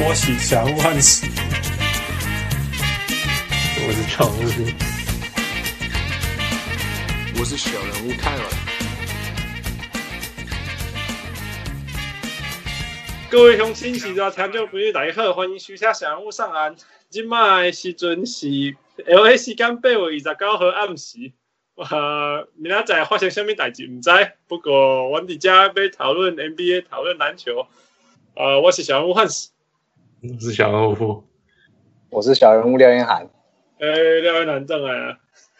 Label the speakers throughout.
Speaker 1: watched each other once.
Speaker 2: 我是常务兵，
Speaker 3: 我是小人物泰尔。
Speaker 4: 各位乡亲是啊，听众朋友大家好，欢迎收听《小人物上岸》。今麦时阵是 L A 时间八月二十九号暗时，呃，明仔载发生什么代志唔知，不过阮伫遮要讨论 N B A，讨论篮球。呃，我是小人物汉斯，
Speaker 2: 我是小人物。
Speaker 5: 我是小人物廖彦涵。
Speaker 4: 诶、欸，廖位南正啊，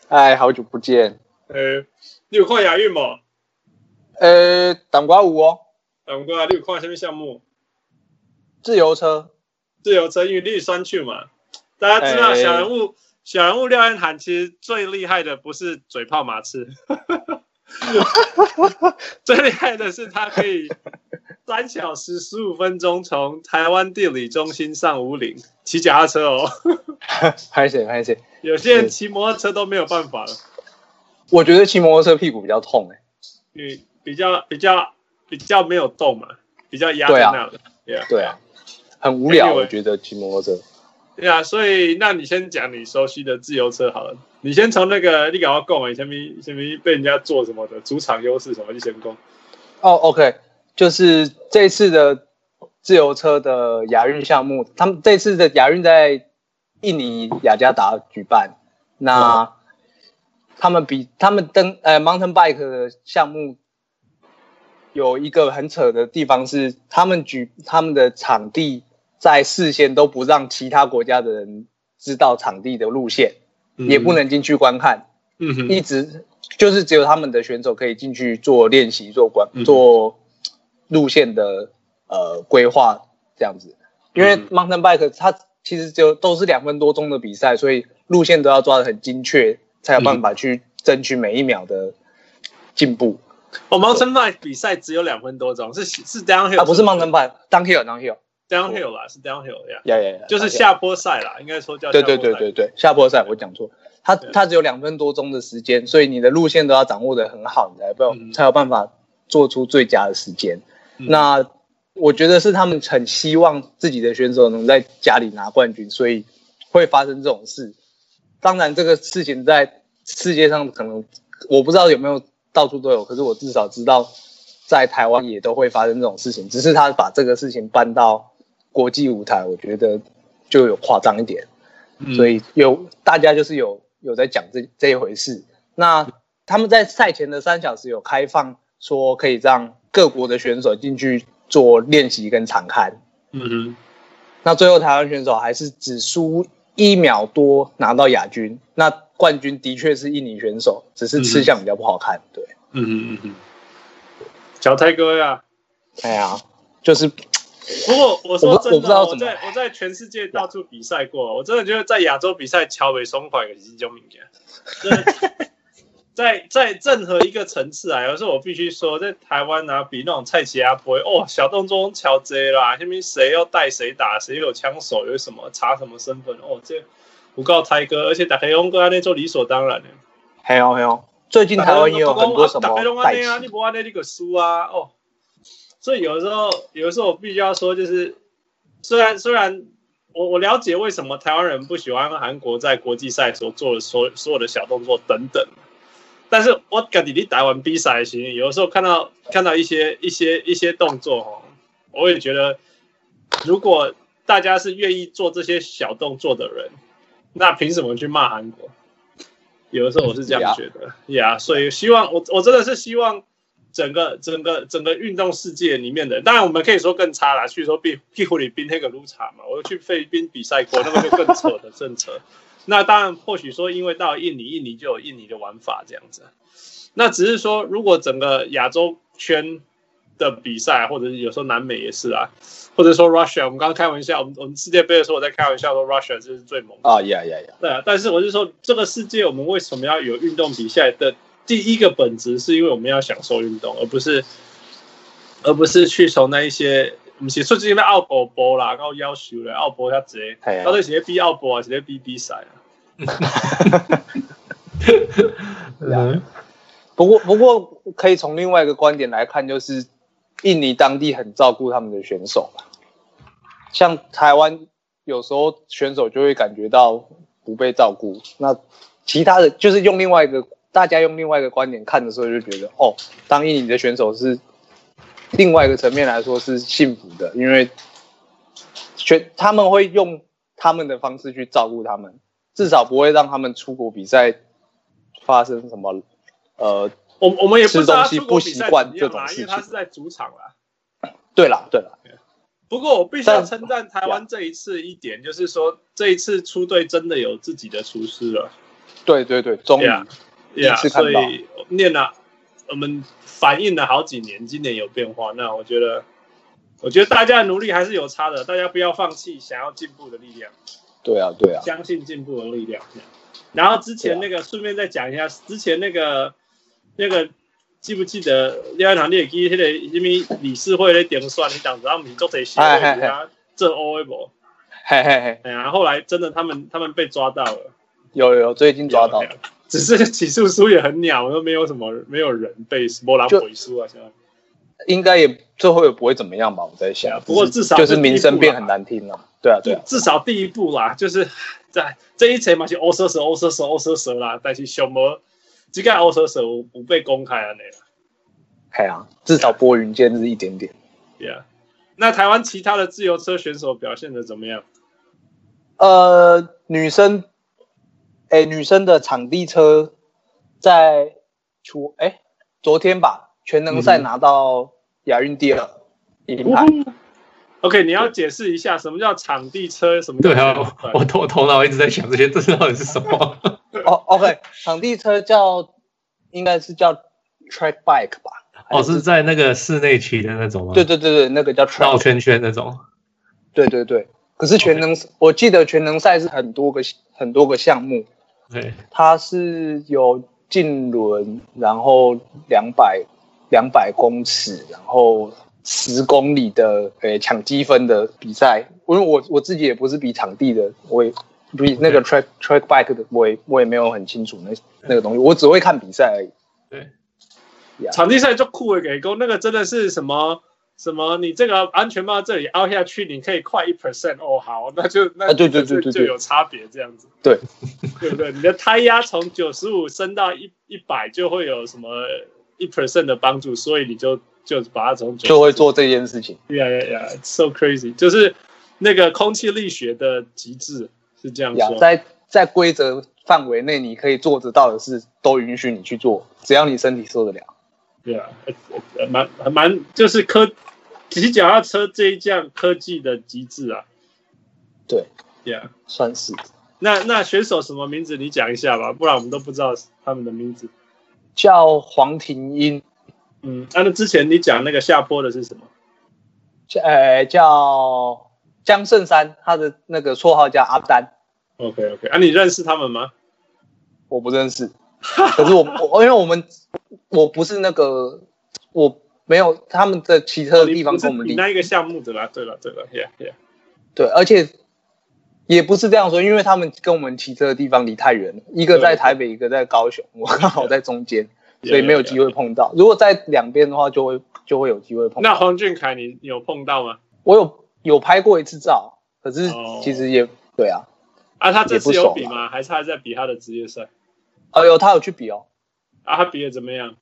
Speaker 5: 哎，好久不见。
Speaker 4: 诶、你有看亚运无？
Speaker 5: 呃，挡瓜舞哦，
Speaker 4: 等过啊，你有看什么项目？
Speaker 5: 自由车。
Speaker 4: 自由车，因为绿酸去嘛。大家知道
Speaker 5: 哎
Speaker 4: 小人物、小人物廖彦涵其实最厉害的不是嘴炮马刺， 最厉害的是他可以三小时十五分钟从台湾地理中心上五岭骑脚踏车哦。
Speaker 5: 拍谁拍谁？
Speaker 4: 有些人骑摩托车都没有办法了，
Speaker 5: 我觉得骑摩托车屁股比较痛哎、
Speaker 4: 因为比较比较比较没有动嘛，比较压在
Speaker 5: 对啊
Speaker 4: 那了。对啊，
Speaker 5: 对啊，很无聊。
Speaker 4: Anyway
Speaker 5: 我觉得骑摩托车。
Speaker 4: 对啊，所以那你先讲你熟悉的自由车好了。你先从那个你赶快供哎，前面前面被人家做什么的主场优势什么，你先供。
Speaker 5: 哦，OK，就是这次的自由车的亚运项目，他们这次的亚运在印尼雅加达举办。那他们比他们登呃 mountain bike 的项目有一个很扯的地方是，他们举他们的场地在事先都不让其他国家的人知道场地的路线，嗯也不，能进去观看。
Speaker 4: 嗯哼，
Speaker 5: 一直就是只有他们的选手可以进去做练习、做管
Speaker 4: 嗯、
Speaker 5: 做路线的呃规划这样子。因为
Speaker 4: 嗯
Speaker 5: mountain bike 它其实只有都是两分多钟的比赛，所以路线都要抓得很精确，才有
Speaker 4: 嗯
Speaker 5: 办法去争取每一秒的进步。
Speaker 4: 我哦 mountain bike 比赛只有两分多钟，是是 downhill，
Speaker 5: 啊，不是 mountain bike，downhill downhill，
Speaker 4: downhill 啦，是 downhill 呀，
Speaker 5: 呀呀，
Speaker 4: 就是
Speaker 5: 下。
Speaker 4: 下坡赛啦，应该说叫
Speaker 5: 对对对对对，下坡赛我讲错，它
Speaker 4: 对
Speaker 5: 它只有两分多钟的时间，所以你的路线都要掌握的很好，你才不
Speaker 4: 嗯
Speaker 5: 才有办法做出最佳的时间。
Speaker 4: 嗯
Speaker 5: 那我觉得是他们很希望自己的选手能在家里拿冠军，所以会发生这种事。当然，这个事情在世界上可能我不知道有没有到处都有，可是我至少知道在台湾也都会发生这种事情，只是他把这个事情搬到国际舞台，我觉得就有夸张一点。
Speaker 4: 对
Speaker 5: 所
Speaker 4: 以
Speaker 5: 以有大家就是有有在讲这这一回事。那他们在赛前的三小时有开放说可以让各国的选手进去做练习跟场刊。
Speaker 4: 嗯
Speaker 5: 那最后台湾选手还是只输一秒多拿到亚军，那冠军的确是印尼选手，只是吃相比较不好看。对，
Speaker 4: 哼嗯哼嗯哼，小泰哥呀，
Speaker 5: 哎呀，就是
Speaker 4: 不过我说
Speaker 5: 我不
Speaker 4: 真的，哦
Speaker 5: 我不知道
Speaker 4: 我
Speaker 5: 怎么
Speaker 4: 在我在全世界到处比赛过，我真的觉得在亚洲比赛，乔伟松款也是救命啊！真的在 在任何一个层次啊，有时候我必须说，在台湾啊，比那种蔡奇阿婆哦，小动作乔贼啦，下面谁要带谁打，谁有枪手，有什么查什么身份哦，这我告台哥，而且打开用哥那做理所当然的。
Speaker 5: 还有还有，哎最近台湾也有很多什
Speaker 4: 打开
Speaker 5: 么
Speaker 4: 拢
Speaker 5: 代
Speaker 4: 安尼啊，你
Speaker 5: 旗，
Speaker 4: 不按那个输啊，哦。所以有时候，有时候我必须要说，就是虽然虽然我我了解为什么台湾人不喜欢韩国在国际赛所做的所所有的小动作等等，但是我感觉你打完比赛时，有的时候看到看到一些一些一些动作哦，我也觉得，如果大家是愿意做这些小动作的人，那凭什么去骂韩国？有的时候我是这样觉得，呀、所以希望我我真的是希望整个整个整个运动世界里面的，当然我们可以说更差啦，去说比去菲律宾那个撸茶嘛，我去菲律宾比赛过，那个就更扯的 更扯。那当然，或许说因为到印尼，印尼就有印尼的玩法这样子。那只是说，如果整个亚洲圈的比赛，或者是有时候南美也是啊，或者说 Russia，我们刚刚开玩笑，我们我们世界杯的时候我在开玩笑说 Russia 就是最猛的
Speaker 5: 啊呀呀呀，
Speaker 4: 对啊，但是我是说，这个世界我们为什么要有运动比赛的第一个本质，是因为我们要享受运动，而不是而不是去从那一些，不是说最近的奥博博啦，高要求了奥博他直接，
Speaker 5: 哎呀
Speaker 4: 到底直接逼奥博啊，直接逼比赛啊。
Speaker 2: 嗯，
Speaker 5: 不过，不过可以从另外一个观点来看，就是印尼当地很照顾他们的选手嘛像台湾有时候选手就会感觉到不被照顾，那其他的就是用另外一个大家用另外一个观点看的时候，就觉得哦，当印尼的选手是另外一个层面来说是幸福的，因为选他们会用他们的方式去照顾他们，至少不会让他们出国比赛发生什么呃
Speaker 4: 我我们也不知道他
Speaker 5: 吃东西
Speaker 4: 出国比赛怎么样
Speaker 5: 不习惯这种
Speaker 4: 啦
Speaker 5: 事
Speaker 4: 因
Speaker 5: 情
Speaker 4: 为他是在主场啦。
Speaker 5: 对啦，对啦，
Speaker 4: 不过我必须要
Speaker 5: 但
Speaker 4: 称赞台湾这一次一点，就是说这一次出队真的有自己的厨师了，
Speaker 5: 对对对，啊终于
Speaker 4: Yeah
Speaker 5: 第一
Speaker 4: yeah,
Speaker 5: 次看
Speaker 4: 所
Speaker 5: 到
Speaker 4: 以念了我们反映了好几年，今年有变化，那我觉得，我觉得大家的努力还是有差的，大家不要放弃想要进步的力量，
Speaker 5: 对啊对啊，
Speaker 4: 相信进步的力量。然后之前那个顺便再讲一下，之前那个那个记不记得廖安堂你也记那个因为理事会咧点算，你当时他们做这些，
Speaker 5: 哎哎哎
Speaker 4: 啊，这 O A 无。
Speaker 5: 嘿嘿嘿，
Speaker 4: 哎呀，后来真的他们他们被抓到了，
Speaker 5: 有有有，最近抓到了。
Speaker 4: 只是起诉书也很鸟，都没有什么没有人被波拉回诉啊，现在。
Speaker 5: 应该也最后也不会怎么样吧，我在
Speaker 4: 对
Speaker 5: 想
Speaker 4: 啊。不过
Speaker 5: 只是
Speaker 4: 至少
Speaker 5: 就是是名声变很
Speaker 4: 第
Speaker 5: 难听了。对啊，对
Speaker 4: 就
Speaker 5: 啊，
Speaker 4: 至少第一步啦，就是在这一层嘛，是欧蛇蛇、欧蛇蛇、欧蛇蛇啦，但是小魔这个欧蛇蛇不被公开啊，那个
Speaker 5: 哎呀，至少拨云见日一点点。
Speaker 4: ，Yeah。那台湾其他的自由车选手表现的怎么样？
Speaker 5: 呃，女生，哎、女生的场地车在出哎、昨天吧，全能
Speaker 2: 嗯
Speaker 5: 赛
Speaker 2: 哼
Speaker 5: 拿到亚运第二银牌。
Speaker 4: OK，你要解释一下什么叫场地车，什么叫
Speaker 2: 对啊，我我头头脑一直在想这些，这到底是什么？
Speaker 5: 哦，OK，场地车叫应该是叫 track bike 吧？
Speaker 2: 哦，是在那个室内骑的那种吗？
Speaker 5: 对，对对哦对，那个叫 track
Speaker 2: 绕圈圈那种。
Speaker 5: 对对对，可是全能我记得全能赛是很多个很多个项目，
Speaker 2: 对，
Speaker 5: 它是有竞轮，然后两百两百公尺，然后十公里的诶抢积分的比赛。因为我我自己也不是比场地的，我也比那个 track track bike 的，我也我也没有很清楚那那个东西，我只会看比赛而已。
Speaker 4: 场地赛就酷的欸给够，那个真的是什么什么？你这个安全帽这里凹下去，你可以快一 percent 哦，好，那就那
Speaker 5: 啊对对
Speaker 4: 就
Speaker 5: 对对对
Speaker 4: 就有差别这样子，
Speaker 5: 对
Speaker 4: 对不对？你的胎压从九十五升到一一百，就会有什么一 percent 的帮助，所以你就就把它从90
Speaker 5: 就会做这件事情。
Speaker 4: ，yeah yeah yeah，so crazy，就是那个空气力学的极致是啊这样
Speaker 5: 呀
Speaker 4: 说，
Speaker 5: 在在规则范围内，你可以做得到的事，都允许你去做，只要你身体受得了。
Speaker 4: 对啊，呃蛮蛮就是科骑脚踏车这一项科技的极致啊，
Speaker 5: 对，
Speaker 4: yeah。
Speaker 5: 算是。
Speaker 4: 那那选手什么名字？你讲一下吧，不然我们都不知道他们的名字。
Speaker 5: 叫黄庭英，
Speaker 4: 嗯，啊，那之前你讲那个下坡的是什么？
Speaker 5: 叫呃叫江胜山，他的那个绰号叫阿丹，
Speaker 4: OK OK，啊，你认识他们吗？
Speaker 5: 我不认识。可是我我因为我们我不是那个我没有他们的骑车的地方
Speaker 4: 哦你不
Speaker 5: 跟
Speaker 4: 是
Speaker 5: 我们
Speaker 4: 你
Speaker 5: 离、
Speaker 4: 那一个项目的啦，对了对了，Yeah Yeah，
Speaker 5: 对，而且也不是这样说，因为他们跟我们骑车的地方离太远了，一个在
Speaker 4: 对
Speaker 5: 台北，一个在高雄，我刚好在中间，
Speaker 4: Yeah，
Speaker 5: 所以没有机会碰到。如果在两边的话，就会就会有机会碰到。
Speaker 4: 那黄俊凯你有碰到吗？
Speaker 5: 我有有拍过一次照，可是
Speaker 4: 哦
Speaker 5: 其实也、对啊，
Speaker 4: 啊，他这次
Speaker 5: 也不熟
Speaker 4: 有
Speaker 5: 啦
Speaker 4: 比吗？还是他在比他的职业赛？
Speaker 5: 哦有他有去比哦。
Speaker 4: 啊，他比的怎么样？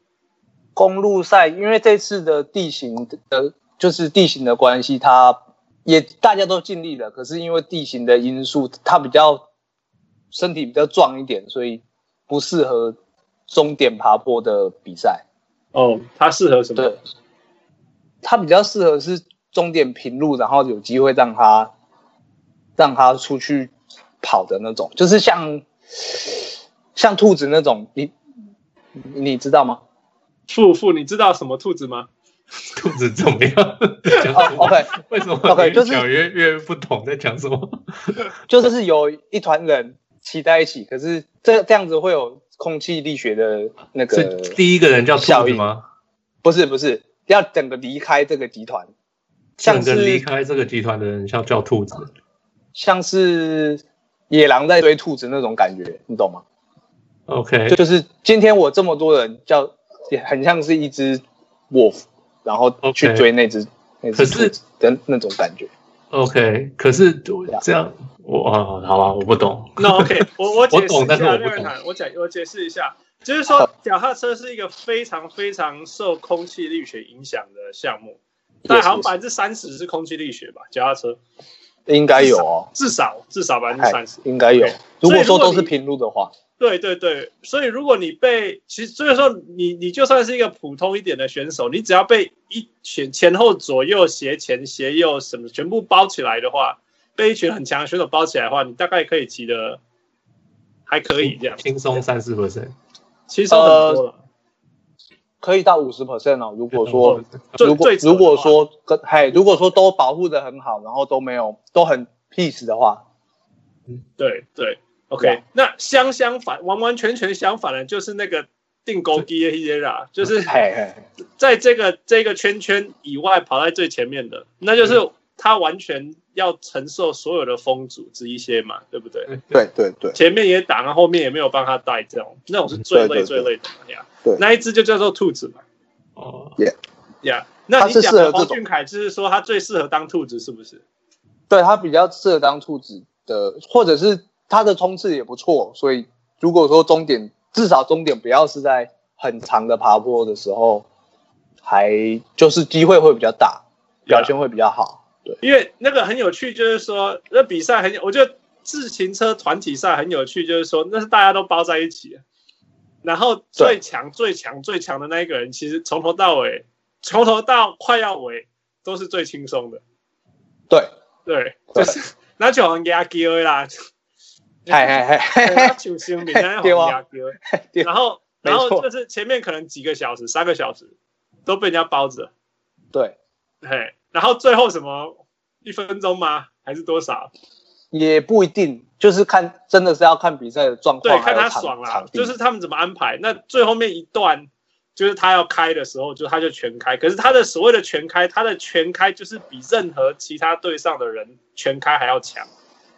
Speaker 5: 公路赛，因为这次的地形的，就是地形的关系，它也大家都尽力了，可是因为地形的因素，它比较身体比较壮一点，所以不适合终点爬坡的比赛。
Speaker 4: 哦，他适合什么
Speaker 5: 对？，它比较适合是终点平路，然后有机会让它让它出去跑的那种，就是像像兔子那种，你你你知道吗？
Speaker 4: 富富，你知道什么兔子吗？
Speaker 2: 兔子怎么 样？讲
Speaker 5: 哦
Speaker 2: 什么
Speaker 5: ，OK。
Speaker 2: 为什么
Speaker 5: OK，
Speaker 2: 越
Speaker 5: 就是
Speaker 2: 讲越越不懂在讲什么？
Speaker 5: 就是有一团人骑在一起，可是这这样子会有空气力学的那
Speaker 2: 是
Speaker 5: 个，
Speaker 2: 第一个人叫兔
Speaker 5: 效
Speaker 2: 子
Speaker 5: 应
Speaker 2: 吗？
Speaker 5: 不是不是，要整个离开这个集团，像
Speaker 2: 整个离
Speaker 5: 是
Speaker 2: 开这个集团的人叫叫兔子。
Speaker 5: 像是野狼在追兔子那种感觉，你懂吗？
Speaker 2: OK，
Speaker 5: 就就是今天我这么多人叫，也很像是一只 wolf，然后
Speaker 2: OK
Speaker 5: 去追那只那只
Speaker 2: 可
Speaker 5: 兔
Speaker 2: 是
Speaker 5: 子的那种感觉。
Speaker 2: OK，可是这样我啊，好吧，我不懂。
Speaker 4: 那 OK，我我解释一
Speaker 2: 我懂但是
Speaker 4: 下
Speaker 2: 我不
Speaker 4: 廖元
Speaker 2: 懂
Speaker 4: 凯，我解我解释一下，就是说脚踏车是一个非常非常受空气力学影响的项目，但好像百分之三十是空气力学吧，脚踏车
Speaker 5: 应该有哦，
Speaker 4: 至少至少百分之
Speaker 5: 哎
Speaker 4: 三十。
Speaker 5: 应该有
Speaker 4: OK。
Speaker 5: 如
Speaker 4: 所以
Speaker 5: 果
Speaker 4: 如
Speaker 5: 说
Speaker 4: 果
Speaker 5: 都是
Speaker 4: 你
Speaker 5: 平路的话，
Speaker 4: 对对对，所以如果你被其实所以说你你就算是一个普通一点的选手，你只要被一前前后左右斜前斜右什么全部包起来的话，被一群很强的选手包起来的话，你大概可以骑的还可以这样，
Speaker 2: 轻松三四 percent，
Speaker 4: 轻松很多了。
Speaker 5: 可以到五十 percent 哦。如果说
Speaker 4: 嗯最
Speaker 5: 如果
Speaker 4: 最扯的
Speaker 5: 如
Speaker 4: 话
Speaker 5: 果说跟嗨，如果说都保护的很好，然后都没有都很 peace 的话，
Speaker 4: 对对
Speaker 5: 对
Speaker 4: ，OK，那相相反，完完全全相反的就是那个定钩机的 h e r 就是
Speaker 5: 嘿嘿，嘿
Speaker 4: 在这个这个圈圈以外跑在最前面的，那就是
Speaker 5: 嗯
Speaker 4: 他完全要承受所有的风阻之一些嘛，对不对？
Speaker 5: 对对对
Speaker 4: 前面也挡，然后后面也没有帮他带，这种那种是最累
Speaker 5: 对对对
Speaker 4: 最累的嘛呀。
Speaker 5: 对
Speaker 4: 那一只就叫做兔子嘛
Speaker 2: 哦，
Speaker 4: 呀。那
Speaker 5: 它
Speaker 4: 你
Speaker 5: 是
Speaker 4: 讲
Speaker 5: 适合
Speaker 4: 的
Speaker 5: 这
Speaker 4: 黄
Speaker 5: 种
Speaker 4: 俊凯就是说他最适合当兔子，是不是？
Speaker 5: 对，它比较适合当兔子的，或者是它的冲刺也不错，所以如果说终点至少终点不要是在很长的爬坡的时候，还就是机会会比较大，表现会比较好。对，
Speaker 4: 因为那个很有趣，就是说那比赛很有，我觉得自行车团体赛很有趣，就是说那是大家都包在一起的，然后最强、最强、最强的那一个人，其实从头到尾，从头到快要尾都是最轻松的，
Speaker 5: 对，
Speaker 4: 对，
Speaker 5: 对
Speaker 4: 就是那就好像压机会啦，哎
Speaker 5: 嗨
Speaker 4: 啊
Speaker 5: 嗨嗨，
Speaker 4: 球星比那
Speaker 5: 对
Speaker 4: 种
Speaker 5: 啊
Speaker 4: 压机会，
Speaker 5: 对
Speaker 4: 然后然
Speaker 5: 没错
Speaker 4: 后就是前面可能几个小时、三个小时都被人家包着，
Speaker 5: 对，
Speaker 4: 嘿，然后最后什么一分钟吗？还是多少？
Speaker 5: 也不一定，就是看真的是要看比赛的状况，
Speaker 4: 对，看
Speaker 5: 还有
Speaker 4: 他
Speaker 5: 场
Speaker 4: 爽啦
Speaker 5: 场，地
Speaker 4: 就是他们怎么安排。那最后面一段就是他要开的时候，就他就全开。可是他的所谓的全开，他的全开就是比任何其他队上的人全开还要强。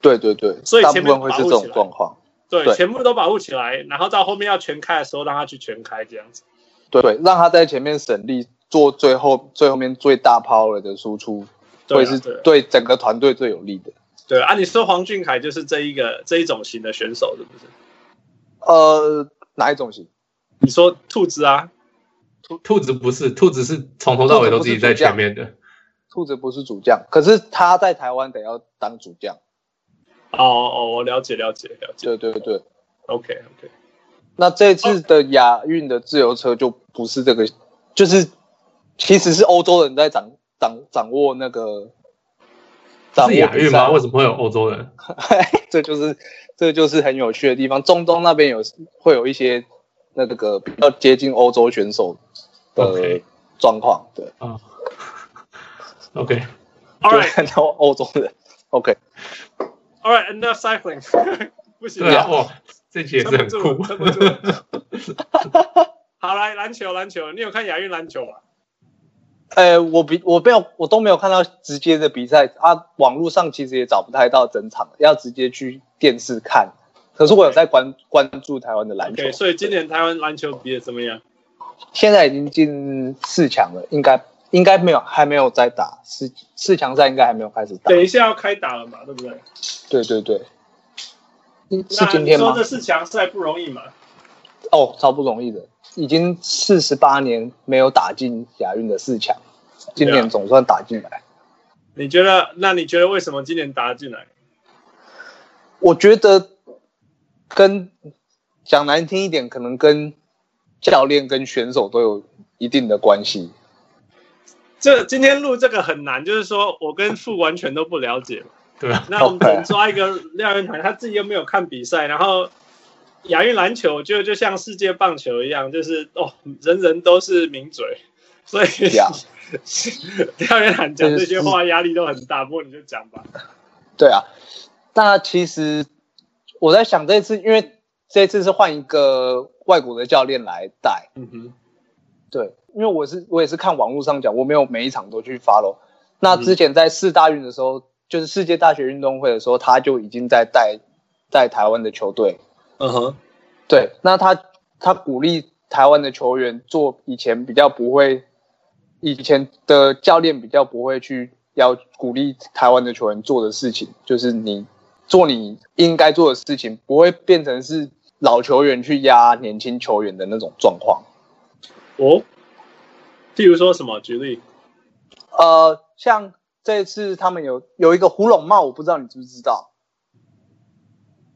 Speaker 5: 对对对，
Speaker 4: 所以
Speaker 5: 大部
Speaker 4: 前面
Speaker 5: 分会是这
Speaker 4: 保护起
Speaker 5: 种
Speaker 4: 来
Speaker 5: 状况。
Speaker 4: 对，
Speaker 5: 对
Speaker 4: 全部都保护起来，然后到后面要全开的时候，让他去全开这样子。
Speaker 5: 对，让他在前面省力，做最后最后面最大 power 的输出，
Speaker 4: 对
Speaker 5: 会
Speaker 4: 啊
Speaker 5: 是
Speaker 4: 对啊
Speaker 5: 对整个团队最有利的。
Speaker 4: 对啊，你说黄俊凯就是这一个这一种型的选手是不是？
Speaker 5: 呃，哪一种型？
Speaker 4: 你说兔子啊，
Speaker 2: 兔兔子不是，兔子是从头到尾都自己在前面的。
Speaker 5: 兔子不是主将，可是他在台湾得要当主将。
Speaker 4: 哦哦，我了解了解了解。
Speaker 5: 对对对，
Speaker 4: OK OK，
Speaker 5: 那这次的亚运的自由车就不是这个，就是其实是欧洲人在掌掌掌握那个掌握
Speaker 2: 是亚
Speaker 5: 比
Speaker 2: 运
Speaker 5: 赛
Speaker 2: 吗？为什么会有欧洲人？
Speaker 5: 这就是这就是很有趣的地方。中东那边有会有一些那个比较接近欧洲选手的
Speaker 2: OK
Speaker 5: 状况，对，
Speaker 2: 啊，OK，
Speaker 4: All
Speaker 5: 就
Speaker 4: right
Speaker 5: 看到欧洲人。OK，
Speaker 4: All right enough cycling，不 行
Speaker 2: 对
Speaker 4: 了
Speaker 2: 啊，。哇，这集也是很酷。
Speaker 4: 撑不住了撑好，来篮球，篮球，你有看亚运篮球吗？啊
Speaker 5: 呃，我比我没有我都没有看到直接的比赛啊，网络上其实也找不太到整场，要直接去电视看。可是我有在关关注台湾的篮球
Speaker 4: 对，所以今年台湾篮球比的怎么样？
Speaker 5: 现在已经进四强了，应该应该没有还没有在打四四强赛，应该还没有开始打。
Speaker 4: 等一下要开打了嘛，对不对？
Speaker 5: 对对对，是
Speaker 4: 那
Speaker 5: 今
Speaker 4: 你
Speaker 5: 天
Speaker 4: 说
Speaker 5: 吗
Speaker 4: 这？四强赛不容易嘛？
Speaker 5: 哦，超不容易的，已经四十八年没有打进亚运的四强，今
Speaker 4: 对
Speaker 5: 年
Speaker 4: 啊
Speaker 5: 总算打进来。
Speaker 4: 你觉得？那你觉得为什么今年打得进来？
Speaker 5: 我觉得跟讲难听一点，可能跟教练跟选手都有一定的关系。
Speaker 4: 这今天录这个很难，就是说我跟傅完全都不了解嘛。
Speaker 2: 对啊，
Speaker 4: 那我们只能抓一个廖元堂，他自己又没有看比赛，然后亚运篮球就就像世界棒球一样，就是哦，人人都是名嘴，所以
Speaker 5: Yeah
Speaker 4: 廖元堂讲这些话压力都很大。不过你就讲吧，
Speaker 5: 对啊，那其实我在想这次，因为这次是换一个外国的教练来带，
Speaker 4: 嗯哼，
Speaker 5: 对，因为我是我也是看网络上讲，我没有每一场都去 follow。那之前在四大运的时候，就是世界大学运动会的时候，他就已经在带带台湾的球队。
Speaker 4: 嗯哼，
Speaker 5: 对，那他他鼓励台湾的球员做以前比较不会，以前的教练比较不会去要鼓励台湾的球员做的事情，就是你做你应该做的事情，不会变成是老球员去压年轻球员的那种状况。
Speaker 4: 哦，譬如说什么？举例，
Speaker 5: 呃，像这次他们有有一个胡龙茂，我不知道你知不知道。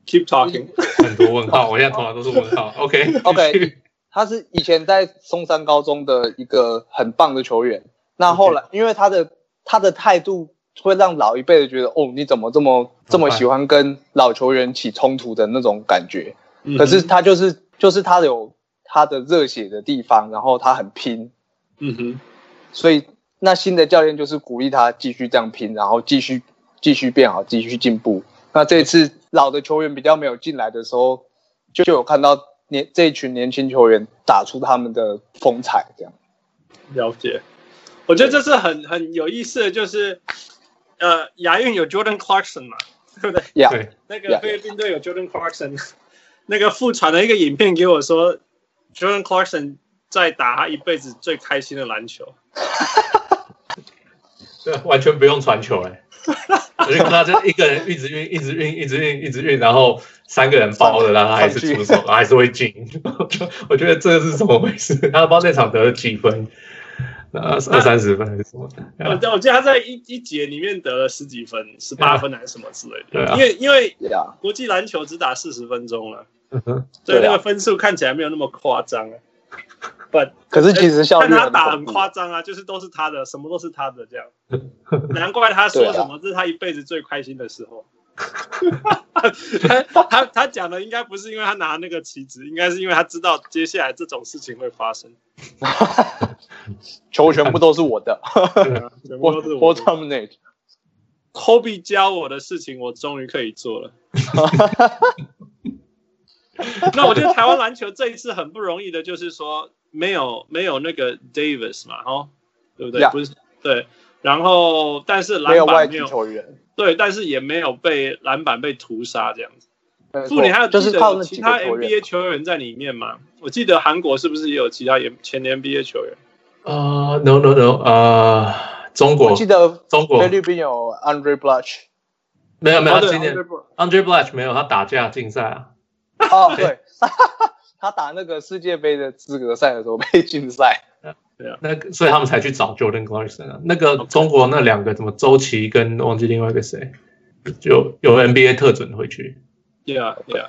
Speaker 4: Keep talking。
Speaker 2: 很多问号，我现在头脑都是问号。OK
Speaker 5: OK，他是以前在松山高中的一个很棒的球员。那后来，因为他的他的态度会让老一辈的觉得，哦，你怎么这么这么喜欢跟老球员起冲突的那种感觉？
Speaker 4: 嗯
Speaker 5: 可是，他就是就是他有他的热血的地方，然后他很拼，
Speaker 4: 嗯哼，
Speaker 5: 所以那新的教练就是鼓励他继续这样拼，然后继续继续变好，继续进步。那这一次老的球员比较没有进来的时候，就就有看到年这一群年轻球员打出他们的风采，这样。
Speaker 4: 了解。我觉得这是很很有意思的，就是呃，亚运有 Jordan Clarkson 嘛，对不对？
Speaker 5: 呀、
Speaker 2: 对
Speaker 4: 那
Speaker 5: Yeah.
Speaker 4: 个菲律宾队有 Jordan Clarkson，那 个父传了一个影片给我说，Jordan Clarkson 在打他一辈子最开心的篮球。
Speaker 2: 对，啊完全不用传球哎、我就看他这一个人一直运，一直运，一直运，一直运，然后三个人包了，然后他还是出手，然后还是会进。 我就我觉得这个是怎么回事？他不知道那场得了几分，呃，二三十分还是什么的？对
Speaker 4: 我
Speaker 2: 啊
Speaker 4: 记我记得他在一一节里面得了十几分，十八分还是什么之类的。
Speaker 2: 对啊
Speaker 4: 因为因为
Speaker 5: 呀、
Speaker 4: 国际篮球只打四十分钟了，
Speaker 2: 嗯哼，
Speaker 4: 所以
Speaker 5: 对啊
Speaker 4: 那个分数看起来没有那么夸张啊。But
Speaker 5: 可是其实效率
Speaker 4: 但他
Speaker 5: 很
Speaker 4: 打很
Speaker 5: 恐怖
Speaker 4: 夸张啊，就是都是他的，什么都是他的 这样。难怪他
Speaker 5: 啊
Speaker 4: 说什么、这是他一辈子最开心的时 候。他他他讲的应该不是因为他拿那个旗子，应该是因为他知道接下来这种事情会发生。
Speaker 5: 球全部都是我的，
Speaker 4: 全部
Speaker 5: 我
Speaker 4: 都是
Speaker 5: 我
Speaker 4: 我的
Speaker 5: dominate。
Speaker 4: Kobe 教我的事情，我终于可以做 了。那我觉得台湾篮球这一次很不容易的，就是说没有没有那个 Davis 嘛，哦，对不对
Speaker 5: Yeah
Speaker 4: 不是对，然后但是
Speaker 5: 没有
Speaker 4: 篮
Speaker 5: 外
Speaker 4: 板没
Speaker 5: 籍
Speaker 4: 有
Speaker 5: 球员，
Speaker 4: 对，但是也没有被篮板被屠杀这样子。
Speaker 5: 没错
Speaker 4: 妇女还有
Speaker 5: 就是靠那
Speaker 4: 其
Speaker 5: 几
Speaker 4: 他
Speaker 5: 个球员
Speaker 4: NBA 球员在里面嘛？我记得韩国是不是也有其他也前 NBA 球员？
Speaker 2: 呃，no no no，呃，中国
Speaker 5: 我记得
Speaker 2: 中国
Speaker 5: 菲律宾有 Andre Blatch。
Speaker 2: 没有没有，
Speaker 4: 哦
Speaker 2: 他
Speaker 4: 对
Speaker 2: 今天
Speaker 4: Andre Bro-
Speaker 2: Andre Blatch 没有他打架竞赛啊，
Speaker 5: 哦，对， 他打那个世界杯的资格赛的时候被禁赛。
Speaker 2: 那个所以他们才去找 Jordan Clarkson 啊。那个中国那两个什么周琦跟忘记另外一个谁，就有 NBA 特准回去。
Speaker 4: Yeah, yeah.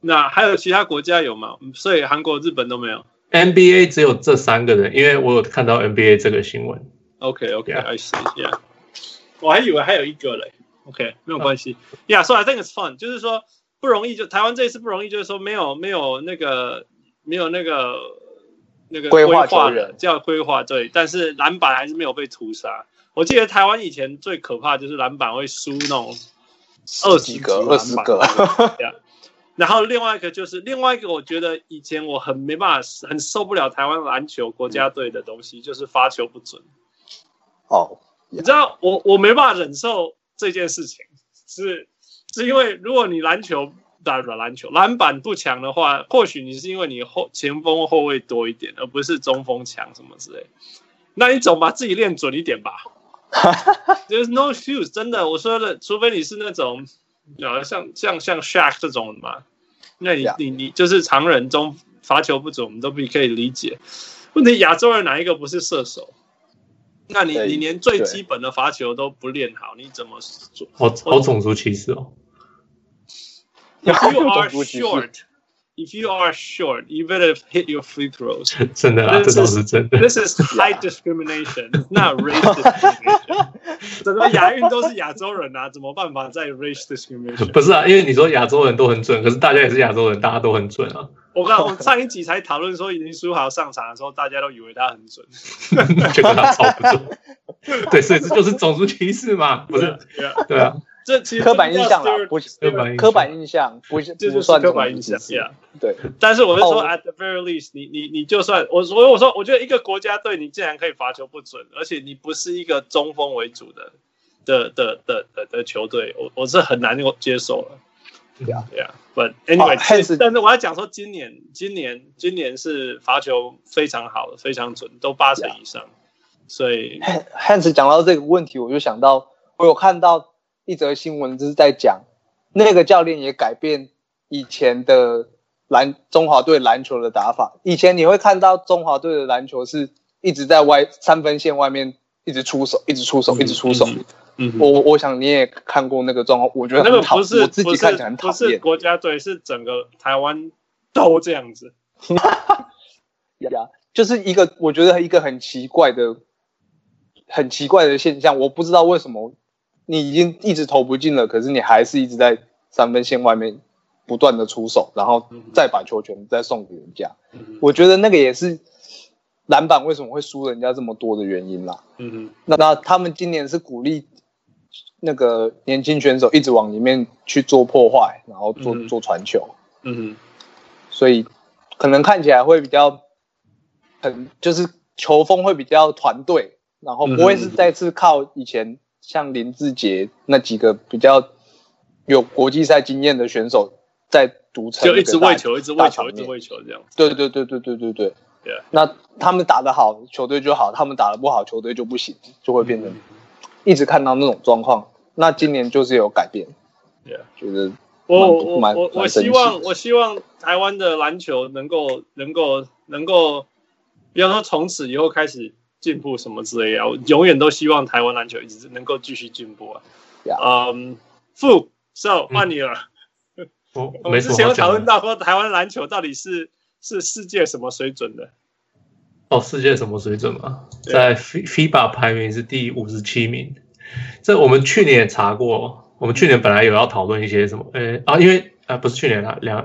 Speaker 4: 那还有其他国家有吗？所以韩国、日本都没有。
Speaker 2: NBA 只有这三个人，因为我有看到 NBA 这个新闻。
Speaker 4: OK, OK,
Speaker 2: Yeah.
Speaker 4: I see. Yeah. 我还以为还有一个嘞。OK，没有关系。Yeah, so I think it's fun. 就是说不容易，就台湾这一次不容易，就是说没有没有那个没有那个那个
Speaker 5: 规
Speaker 4: 划
Speaker 5: 划球员
Speaker 4: 的叫规划对，但是篮板还是没有被屠杀。我记得台湾以前最可怕就是篮板会输那种二十
Speaker 5: 几
Speaker 4: 几
Speaker 5: 个
Speaker 4: 篮板
Speaker 5: 20个
Speaker 4: 对啊然后另外一个就是另外一个，我觉得以前我很没办法，很受不了台湾篮球国家队的东西，就是发球不准。
Speaker 5: 哦，
Speaker 4: 你知道我我没办法忍受这件事情，是是因为如果你篮球打软篮球，篮板不强的话，或许你是因为你后前锋后卫多一点，而不是中锋强什么之类。那你总把自己练准一点 吧。There's no shoes，真的，我说的，除非你是那种，呃，像像像 Shaq 这种嘛，那你
Speaker 5: Yeah.
Speaker 4: 你你就是常人中罚球不准，我们都比可以理解。问题亚洲人哪一个不是射手？那你
Speaker 5: 对
Speaker 4: 你连最
Speaker 5: 对
Speaker 4: 基本的罚球都不练好，你怎么 做
Speaker 2: 好好种族歧视哦。
Speaker 4: ？If you
Speaker 5: 种
Speaker 4: are
Speaker 5: 族歧视
Speaker 4: short, if you are short, you better hit your free throws.
Speaker 2: 真的啊，
Speaker 4: 这
Speaker 2: 这
Speaker 4: 是
Speaker 2: 倒是真的。
Speaker 4: This is high discrimination, it's not race discrimination. 整个亚运都是亚洲人啊，怎么办法在 race discrimination？
Speaker 2: 不是啊，因为你说亚洲人都很准，可是大家也是亚洲人，大家都很准啊，
Speaker 4: 我刚我上一集才讨论说林书豪上场的时候，大家都以为他很 准。
Speaker 2: 就跟他超不 准。对，所以这就是种族歧视嘛，不是？
Speaker 4: 对啊，
Speaker 2: 对啊，
Speaker 4: 这其实
Speaker 5: 刻板印象啦啊
Speaker 4: 这叫 stereotype，
Speaker 5: 不是
Speaker 2: 刻板印象
Speaker 5: 刻板印象不是
Speaker 4: 哎这
Speaker 5: 不
Speaker 4: 就是
Speaker 5: 算
Speaker 4: 刻板印象
Speaker 5: 种族歧视
Speaker 4: ，Yeah。
Speaker 5: 对，
Speaker 4: 但是我是说
Speaker 5: 哦
Speaker 4: ，at the very least，你你你就算我所以我说，我觉得一个国家队你竟然可以罚球不准，而且你不是一个中锋为主的的的的的的球队，我我是很难够接受了。
Speaker 2: 对啊
Speaker 4: 对啊，But anyway，、
Speaker 5: 汉斯
Speaker 4: 但是我要讲说，今年今年今年是罚球非常好的，非常准，都八成以上。所 以
Speaker 5: Hans 讲到这个问题，我就想到我有看到一则新闻，就是在讲那个教练也改变以前的篮中华队篮球的打法。以前你会看到中华队的篮球是一直在外三分线外面一直出手，一直出手，一直出手。
Speaker 4: 嗯，
Speaker 5: 我我想你也看过那个状况，我觉得
Speaker 4: 那
Speaker 5: 很
Speaker 4: 个
Speaker 5: 讨，
Speaker 4: 不是
Speaker 5: 我自己
Speaker 4: 不
Speaker 5: 看起来很
Speaker 4: 是
Speaker 5: 讨
Speaker 4: 不是
Speaker 5: 厌
Speaker 4: 国家队，是整个台湾都这样子。
Speaker 5: 呀，就是一个我觉得一个很奇怪的、很奇怪的现象，我不知道为什么你已经一直投不进了，可是你还是一直在三分线外面不断的出手，然后再把球权再送给人家。
Speaker 4: 嗯
Speaker 5: 我觉得那个也是篮板为什么会输人家这么多的原因啦。
Speaker 4: 嗯
Speaker 5: 那那他们今年是鼓励那个年轻选手一直往里面去做破坏，然后做
Speaker 4: 嗯
Speaker 5: 做传球，
Speaker 4: 嗯
Speaker 5: 所以可能看起来会比较很就是球风会比较团队，然后不会是再次靠以前像林志杰那几个比较有国际赛经验的选手在独撑
Speaker 4: 就一
Speaker 5: 那个大，
Speaker 4: 直喂球，一直
Speaker 5: 大
Speaker 4: 喂
Speaker 5: 场
Speaker 4: 球，一直
Speaker 5: 面
Speaker 4: 喂球这样。
Speaker 5: 对对对对对对对。
Speaker 4: Yeah
Speaker 5: 那他们打得好，球队就好；他们打得不好，球队就不行，就会
Speaker 4: 嗯
Speaker 5: 变成一直看到那种状况。那今年就是有改变
Speaker 4: Yeah
Speaker 5: 觉得
Speaker 4: 我
Speaker 5: 蛮
Speaker 4: 我
Speaker 5: 蛮
Speaker 4: 我我
Speaker 5: 蛮生
Speaker 4: 希
Speaker 5: 气
Speaker 4: 望
Speaker 5: 的
Speaker 4: 我希望台湾的篮球能够能够能够，比方说从此以后开始进步什么之类的，我永远都希望台湾篮球一直能够继续进步啊。嗯，傅，so 换你了。我
Speaker 2: 我嗯
Speaker 4: 们
Speaker 2: 没
Speaker 4: 之
Speaker 2: 什么
Speaker 4: 前
Speaker 2: 好
Speaker 4: 有讨
Speaker 2: 讲
Speaker 4: 论
Speaker 2: 的。
Speaker 4: 到说台湾篮球到底是是世界什么水准的？
Speaker 2: 哦，世界什么水准嘛？
Speaker 4: 对
Speaker 2: 在 Fi- FIBA 排名是第五十七名。这我们去年也查过，我们去年本来有要讨论一些什么，呃啊，因为啊、不是去年啊，两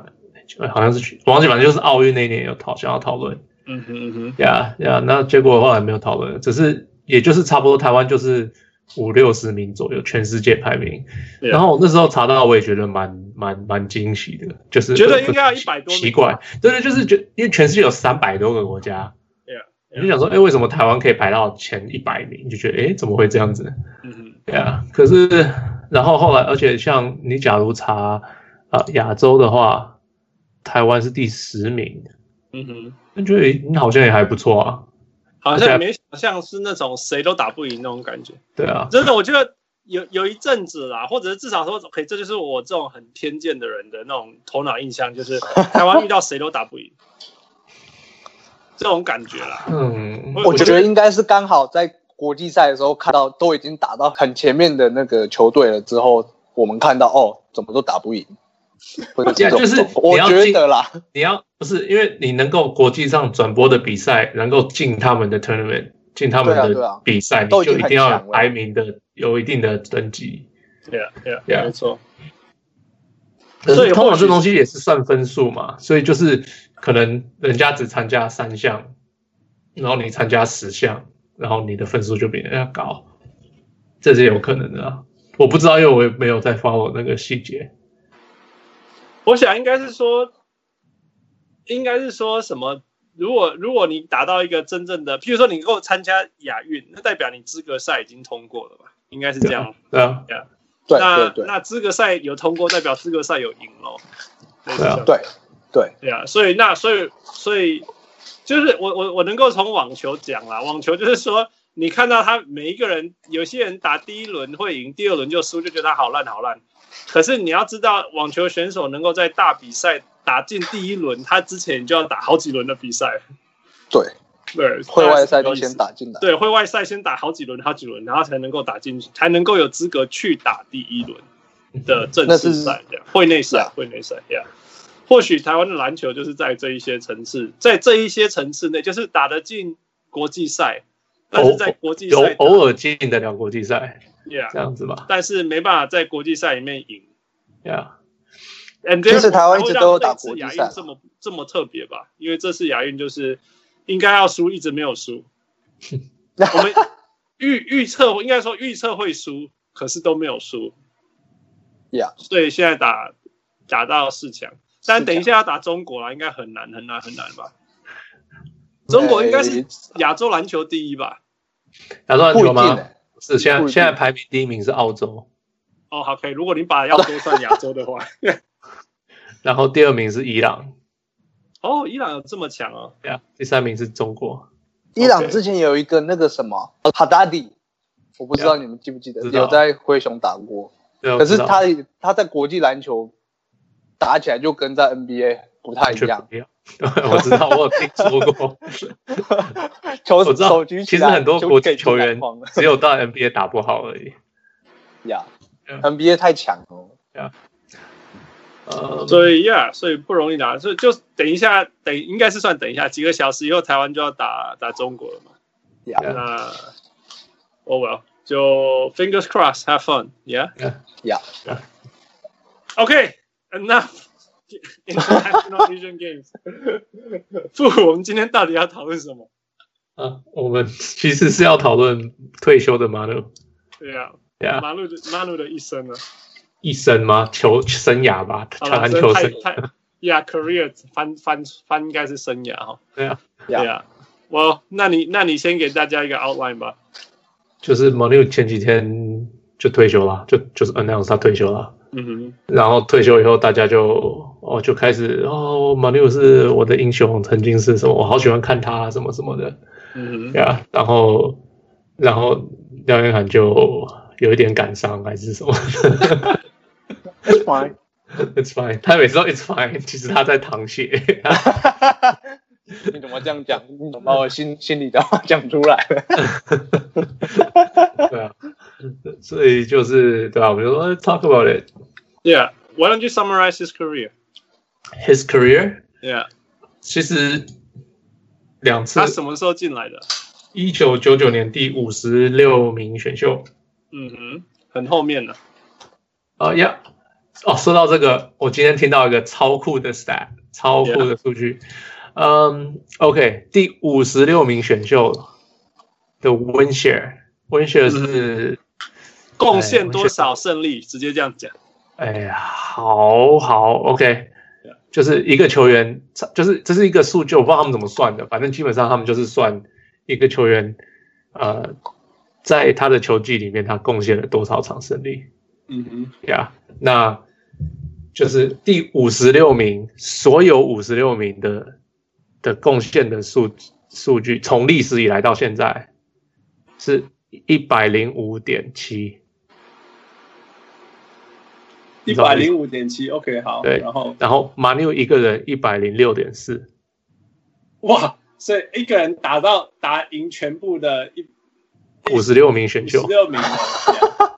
Speaker 2: 呃好像是去，我忘记，反正就是奥运那一年有讨想要讨论，
Speaker 4: 嗯哼嗯哼，
Speaker 2: 呀呀，那结果后来没有讨论，只是也就是差不多台湾就是五六十名左右，全世界排名。
Speaker 4: Yeah
Speaker 2: 然后那时候查到，我也觉得蛮蛮蛮惊喜的，就是呃
Speaker 4: 觉得应该要100多名
Speaker 2: 奇怪，对对，就是觉因为全世界有三百多个国家。
Speaker 4: Yeah，
Speaker 2: 你就想说，哎、为什么台湾可以排到前一百名？你就觉得，哎、怎么会这样子？
Speaker 4: 嗯哼，
Speaker 2: 对啊，可是然后后来，而且像你假如查啊亚、洲的话，台湾是第十名，
Speaker 4: 嗯哼，
Speaker 2: 那觉得你好像也还不错啊。
Speaker 4: 好像也没想象是那种谁都打不赢那种感觉。
Speaker 2: 对啊，
Speaker 4: 真的，我觉得有有一阵子啦，或者是至少说，OK，这就是我这种很偏见的人的那种头脑印象，就是台湾遇到谁都打不赢，这种感觉啦。
Speaker 2: 嗯，
Speaker 5: 我觉
Speaker 4: 觉
Speaker 5: 得应该是刚好在国际赛的时候看到都已经打到很前面的那个球队了之后，我们看到哦，怎么都打不赢，会有这种
Speaker 2: 就是
Speaker 5: 状况我
Speaker 2: 你要
Speaker 5: 觉
Speaker 2: 进
Speaker 5: 得啦，
Speaker 2: 你要不是因为你能够国际上转播的比赛，能够进他们的 tournament，进他们
Speaker 5: 对啊对啊
Speaker 2: 的比赛，
Speaker 5: 都
Speaker 2: 你
Speaker 5: 已经
Speaker 2: 就一
Speaker 5: 很
Speaker 2: 定要
Speaker 5: 强了
Speaker 2: 排名的有一定的等级。
Speaker 4: 对啊，对啊，
Speaker 2: Yeah
Speaker 4: 没错。
Speaker 2: 可
Speaker 4: 所以
Speaker 2: 是通
Speaker 4: 或
Speaker 2: 常
Speaker 4: 许
Speaker 2: 这东西也是算分数嘛，所以就是可能人家只参加三项，然后你参加十项，然后你的分数就比人家高，这是有可能的啊。我不知道，因为我也没有在 follow 那个细节。
Speaker 4: 我想应该是说，应该是说什么？如果如果你打到一个真正的，譬如说你能够参加亚运，那代表你资格赛已经通过了吧？应该是这样。
Speaker 2: 对啊，
Speaker 5: 对
Speaker 4: 那
Speaker 5: 对对
Speaker 4: 那资格赛有通过，代表资格赛有赢喽。对
Speaker 2: 对啊
Speaker 5: 对对，
Speaker 4: 对啊，所以那所以所以就是我我我能够从网球讲啦，网球就是说你看到他每一个人，有些人打第一轮会赢，第二轮就输，就觉得他好烂好烂。可是你要知道，网球选手能够在大比赛打进第一轮，他之前就要打好几轮的比赛。
Speaker 5: 对，
Speaker 4: 对，
Speaker 5: 会外
Speaker 4: 大
Speaker 5: 赛
Speaker 4: 概
Speaker 5: 都
Speaker 4: 是这个意
Speaker 5: 先
Speaker 4: 思。
Speaker 5: 打进来，
Speaker 4: 对，会外赛先打好几轮，好几轮，然后才能够打进去，才能够有资格去打第一轮
Speaker 2: 嗯
Speaker 4: 的正式赛，这样会内赛，
Speaker 2: 啊
Speaker 5: Yeah
Speaker 4: 会内赛，Yeah。或许台湾的篮球就是在这一些层次，在这一些层次内，就是打得进国际赛，但是在国际
Speaker 2: 有
Speaker 4: 赛
Speaker 2: 偶尔进得了国际赛这
Speaker 4: ，Yeah，
Speaker 2: 样子吧啊
Speaker 4: 但是没办法在国际赛里面赢。
Speaker 2: ，Yeah。
Speaker 4: And
Speaker 5: 其实
Speaker 4: therefore，
Speaker 5: 台湾一直都有
Speaker 4: 才会让
Speaker 5: 打国际
Speaker 4: 这次
Speaker 5: 赛
Speaker 4: 亚
Speaker 5: 啦
Speaker 4: 运这么这么特别吧？因为这次亚运就是应该要输，一直没有 输。我们预预测，应该说预测会输，可是都没有输。
Speaker 5: 呀，
Speaker 4: 所以现在打打到四强，
Speaker 5: 四强
Speaker 4: 但等一下要打中国了，应该很难很难很难吧？中国应该是
Speaker 5: 哎
Speaker 4: 亚洲篮球第一吧？
Speaker 2: 打算
Speaker 5: 不一
Speaker 2: 球
Speaker 5: 定
Speaker 2: 吗？
Speaker 5: 欸，
Speaker 2: 是现在
Speaker 5: 不一定
Speaker 2: 现在排名第一名是澳洲，
Speaker 4: 哦，好，可以。如果你把要说算亚洲的话，
Speaker 2: 然后第二名是伊朗，
Speaker 4: 哦，伊朗有这么强哦。
Speaker 2: 对啊，第三名是中国。
Speaker 5: 伊朗
Speaker 2: OK
Speaker 5: 之前有一个那个什么哈达迪，我不知道你们记不记得，
Speaker 2: 知道
Speaker 5: 有在灰熊打过，
Speaker 2: 对啊我
Speaker 5: 可是
Speaker 2: 知道
Speaker 5: 他他在国际篮球打起来就跟在 NBA 不太
Speaker 2: 完
Speaker 5: 一
Speaker 2: 全
Speaker 5: 样，
Speaker 2: 不一样。 我知道，我有听说过，
Speaker 5: 球
Speaker 2: 我知道
Speaker 5: 手举
Speaker 2: 其
Speaker 5: 起来
Speaker 2: 实很多
Speaker 5: 就
Speaker 2: 国际
Speaker 5: 给
Speaker 2: 球员
Speaker 5: 篮筐了
Speaker 2: 只有到 NBA 打不好而已。
Speaker 5: 呀
Speaker 2: Yeah
Speaker 5: ，NBA 太强了。
Speaker 2: 呃，
Speaker 4: 所以 yeah，所以不容易拿，所以就等一下，等应该是算等一下，几个小时以后台湾就要打打中国了嘛。
Speaker 5: 呀
Speaker 2: Yeah.
Speaker 4: 那 oh well，就 fingers crossed，have fun，yeah。
Speaker 5: 呀，
Speaker 4: Okay, enough international Asian games 不，我们今天到底要讨论什么？
Speaker 2: 啊，我们 其实是要讨论退休的 Manu
Speaker 4: 对呀、
Speaker 2: 呀、
Speaker 4: 马路的马路的一生呢？
Speaker 2: 啊
Speaker 4: 啊
Speaker 2: 一生吗？球生涯吧，
Speaker 4: 好
Speaker 2: 篮
Speaker 4: 了，
Speaker 2: 球
Speaker 4: 太
Speaker 2: 生
Speaker 4: 太，Yeah, career 翻翻翻应该是生涯哈。
Speaker 2: 对啊，
Speaker 5: Yeah
Speaker 4: 呀，我那你那你先给大家一个 outline 吧。
Speaker 2: 就是 Manu 前几天就退休了，就就是 announce 他退休了。
Speaker 4: 嗯哼，
Speaker 2: 然后退休以后，大家就哦就开始哦，马六是我的英雄，曾经是什么，我好喜欢看他什么什么的，
Speaker 4: 嗯
Speaker 2: 对啊。然后，然后廖元涵就有一点感伤还是什么
Speaker 5: That's fine。
Speaker 2: ，It's fine。他每次都 It's fine，其实他在淌血。
Speaker 5: 你怎么这样讲？你怎么把我心心里的话讲出来了？
Speaker 2: 对啊，所以就是对啊，我们就说呃 talk about it
Speaker 4: 哼，Yeah, why don't you summarize his career?
Speaker 2: his career。
Speaker 4: Yeah，
Speaker 2: 其实两次
Speaker 4: 他，什么时候进来的？
Speaker 2: 一九九九年第五十六名选秀。
Speaker 4: 嗯哼，很后面的。
Speaker 2: 哦呀，哦，说到这个，我今天听到一个超酷的 stat，超酷的数据。嗯、o k 第五十六名选秀的 win share，win share 是，
Speaker 4: 贡献多少胜利？直接这样讲。
Speaker 2: 哎呀，好好，OK，就是一个球员，就是这是一个数据，我不知道他们怎么算的，反正基本上他们就是算一个球员，呃，在他的球季里面，他贡献了多少场胜利。
Speaker 4: 嗯哼，
Speaker 2: 呀那就是第五十六名，所有五十六名的的贡献的数数据，从历史以来到现在是一百零五点七，
Speaker 4: 一百零五点七，OK，好。
Speaker 2: 对
Speaker 4: 然后
Speaker 2: 然后马纽一个人一百零六点四，
Speaker 4: 哇，所以一个人打到打赢全部的一
Speaker 2: 五十六名选
Speaker 4: 十
Speaker 2: 秀，
Speaker 4: 六名的，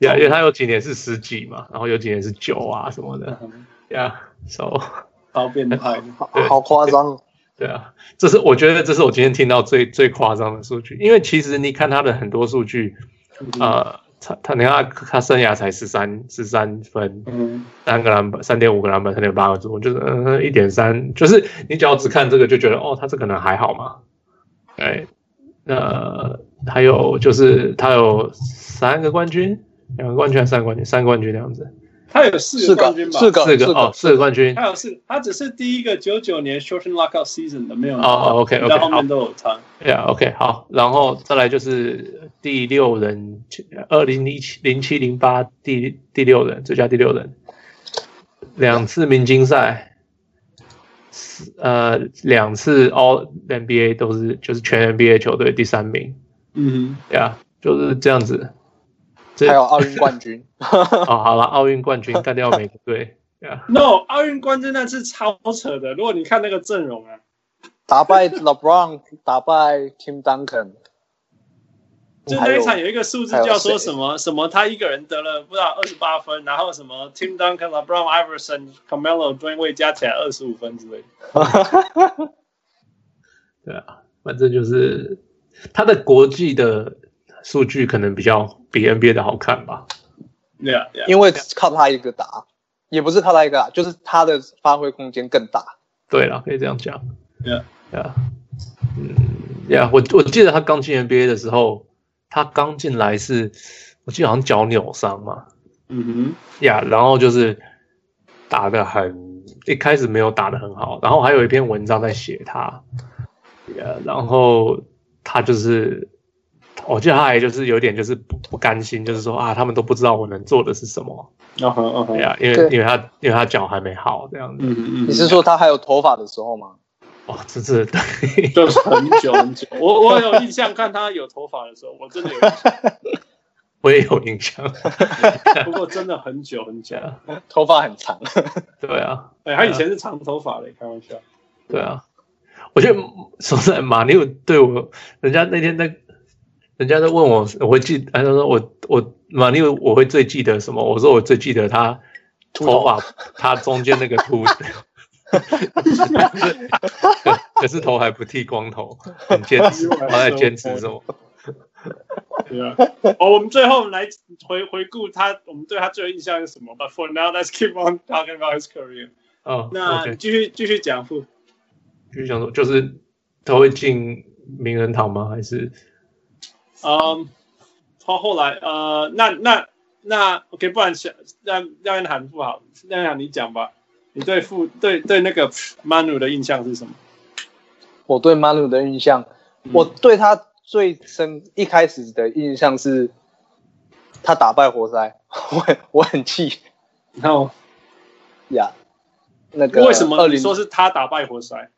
Speaker 2: 呀因为他有几年是十几嘛，然后有几年是九啊什么
Speaker 4: 嗯
Speaker 2: 的，呀、so。
Speaker 4: 超变态。
Speaker 5: 好好夸张，
Speaker 2: 对啊，这是我觉得这是我今天听到最最夸张的数据，因为其实你看他的很多数据，
Speaker 4: 嗯
Speaker 2: 呃，他他你看他他生涯才十三十三分，
Speaker 4: 嗯，
Speaker 2: 三个篮板，三点五个篮板，三点八个助攻，就是嗯一点三，就是你只要只看这个就觉得哦，他这可能还好嘛，哎，那还有就是他有三个冠军，两个冠军还是三个冠军，三个冠军这样子，
Speaker 4: 他有四
Speaker 5: 四
Speaker 4: 个
Speaker 5: 个
Speaker 4: 冠军吧？
Speaker 5: 四个
Speaker 2: 四个哦，四个冠军，
Speaker 4: 他有四，他只是第一个九九年 shorten lockout season 的没有拿。
Speaker 2: 哦，OK，OK，
Speaker 4: 到后
Speaker 2: 好
Speaker 4: 面都有差。
Speaker 2: Yeah, 啊 OK，好，然后再来就是第六人，二零一七零七零八第第六人，最佳第六人，两次明星赛，四呃，两次 All NBA 都是就是全 NBA 球队第三名，
Speaker 4: 嗯
Speaker 2: 对啊，就是这样子。这
Speaker 5: 还有奥运冠军。
Speaker 2: 哦，好了，奥运冠军干掉美国队，对啊，
Speaker 4: 哼，No，奥运冠军那是超扯的。如果你看那个阵容
Speaker 5: 哦
Speaker 4: 啊，
Speaker 5: 打败 LeBron，打败 Tim Duncan，
Speaker 4: 就
Speaker 5: 还
Speaker 4: 那
Speaker 5: 有
Speaker 4: 一场有一个数字叫说什么什么，他一个人得了不知道二十八分，然后什么 Tim Duncan、LeBron Iverson、Carmelo、d w a y n e Wade 加起来二十五分之类的。
Speaker 2: 对啊，反正就是他的国际的数据可能比较比 NBA 的好看吧。
Speaker 4: Yeah, yeah.
Speaker 5: 因为靠他一个打，也不是靠他一个打，就是他的发挥空间更大。
Speaker 2: 对了，可以这样讲。
Speaker 4: Yeah.
Speaker 2: Yeah. 嗯，Yeah，我我记得他刚进 NBA 的时候，他刚进来是，我记得好像脚扭伤嘛。
Speaker 4: 嗯
Speaker 2: ，Yeah，然后就是打的很，一开始没有打的很好，然后还有一篇文章在写他，Yeah，然后他就是。我记得他还就是有点就是不不甘心，就是说啊，他们都不知道我能做的是什么，
Speaker 4: 哼，
Speaker 5: 哦
Speaker 4: 嗯哼，
Speaker 2: 对
Speaker 4: 嗯哼，
Speaker 2: 啊，因为
Speaker 5: 对
Speaker 2: 因为他因为他脚还没好这样子，哦
Speaker 4: 嗯哼，
Speaker 5: 你是说他还有头发的时候吗？
Speaker 2: 哇，这这对，
Speaker 4: 对，很久很 久。我我有印象，看他有头发的时候，我真的有印象，
Speaker 2: 我也有印象。
Speaker 4: 不过真的很久很久。
Speaker 5: 头发很长，
Speaker 2: 对啊，
Speaker 4: 哎、他以前是长头发的，开玩笑。
Speaker 2: 对啊，我觉得说实在，马六对我，人家那天在，人家在问我，我会记，他说我我马六我会最记得什么？我说我最记得他
Speaker 5: 头
Speaker 2: 头发，他中间那个秃。 可可是头还不剃光头，很坚持，他在坚持什么？
Speaker 4: 对啊。哦，我们最后来回回顾他，我们对他最有印象是什么？But for now, let's keep on talking about his career.
Speaker 2: 哦，
Speaker 4: 那
Speaker 2: OK
Speaker 4: 你继续继续讲傅。
Speaker 2: 就是想说，就是他会进名人堂吗？还是
Speaker 4: 嗯，后后来呃，那那那 OK，不然想让让人喊傅好，让人喊你讲吧。你对傅对对那个 Manu 的印象是什么？
Speaker 5: 我对 Manu 的印象，
Speaker 4: 嗯
Speaker 5: 我对他最深一开始的印象是，他打败活塞， 我很我很气
Speaker 4: 然后
Speaker 5: 呀。哦那个
Speaker 4: 为什么
Speaker 5: 二
Speaker 4: 你
Speaker 5: 零
Speaker 4: 说是他打败活塞？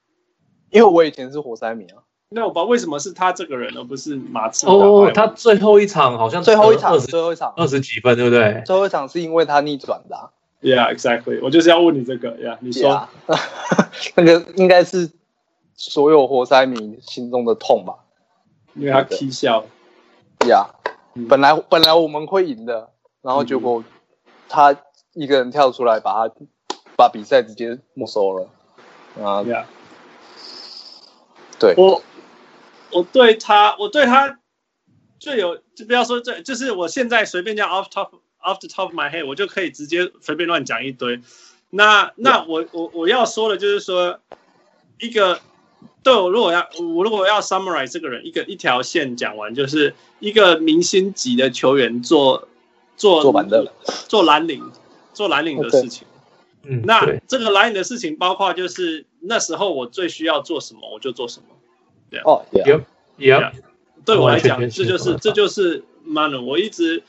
Speaker 5: 因为我以前是活塞迷啊，
Speaker 4: 那我吧，为什么是他这个人而不是马刺打败我？
Speaker 2: 哦，他最后一场好像
Speaker 5: 哎最后一场，
Speaker 2: 二十
Speaker 5: 最后一场，
Speaker 2: 二十几分，对不对？
Speaker 5: 最后一场是因为他逆转的、啊。
Speaker 4: Yeah, exactly。我就是要问你这个，Yeah，你说
Speaker 5: Yeah，那个应该是所有活塞迷心中的痛吧？
Speaker 4: 因为他踢笑。
Speaker 5: 呀、
Speaker 4: 嗯
Speaker 5: 本来本来我们会赢的，然后结果他一个人跳出来把他把比赛直接没收了。啊，
Speaker 4: Yeah，
Speaker 5: 对，
Speaker 4: 我我对他，我对他最有，就不要说最，就是我现在随便这样 off top off the top of my head，我就可以直接随便乱讲一堆。那那我我我要说的就是说，一个对我如果要我如果要 summarize 这个人一个一条线讲完，就是一个明星级的球员做做
Speaker 5: 做板凳
Speaker 4: 做蓝领做蓝领的
Speaker 5: OK
Speaker 4: 事情。
Speaker 2: 嗯，
Speaker 4: 那
Speaker 2: 对，
Speaker 4: 这个蓝领的事情包括就是那时候我最需要做什么我就做什么。
Speaker 5: 哦，
Speaker 2: 有
Speaker 5: yeah，
Speaker 2: 也要
Speaker 4: Yeah 对我来讲，
Speaker 2: 哦完
Speaker 4: 这
Speaker 2: 全
Speaker 4: 就
Speaker 2: 跟
Speaker 4: 是
Speaker 2: 你
Speaker 4: 这就是 Manu，我一直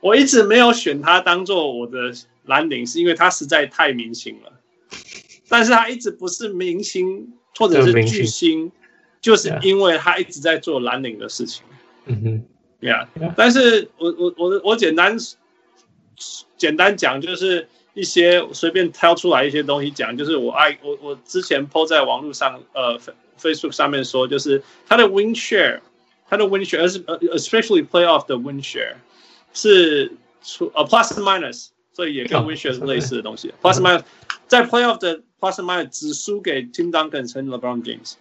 Speaker 4: 我一直没有选他当做我的蓝领，是因为他实在太明星了。但是他一直不是明星或者是
Speaker 2: 对明星
Speaker 4: 巨星，就是
Speaker 2: 对啊
Speaker 4: 因为他一直在做蓝领的事情。
Speaker 2: 嗯哼，
Speaker 4: Yeah，
Speaker 2: Yeah
Speaker 4: 但是我我我的我简单简单讲，就是一些随便挑出来一些东西讲，就是我爱我我之前 PO 在网络上呃 Fa- Facebook 上面说，就是他的 win share，他的 win share，而是呃 especially playoff 的 win share 是出呃 plus and minus，所以也跟
Speaker 2: 哦
Speaker 4: win share 是
Speaker 2: plus and
Speaker 4: 类似的东西。plus and minus 在 playoff 的 plus and minus 只输给 Tim Duncan 跟 LeBron James。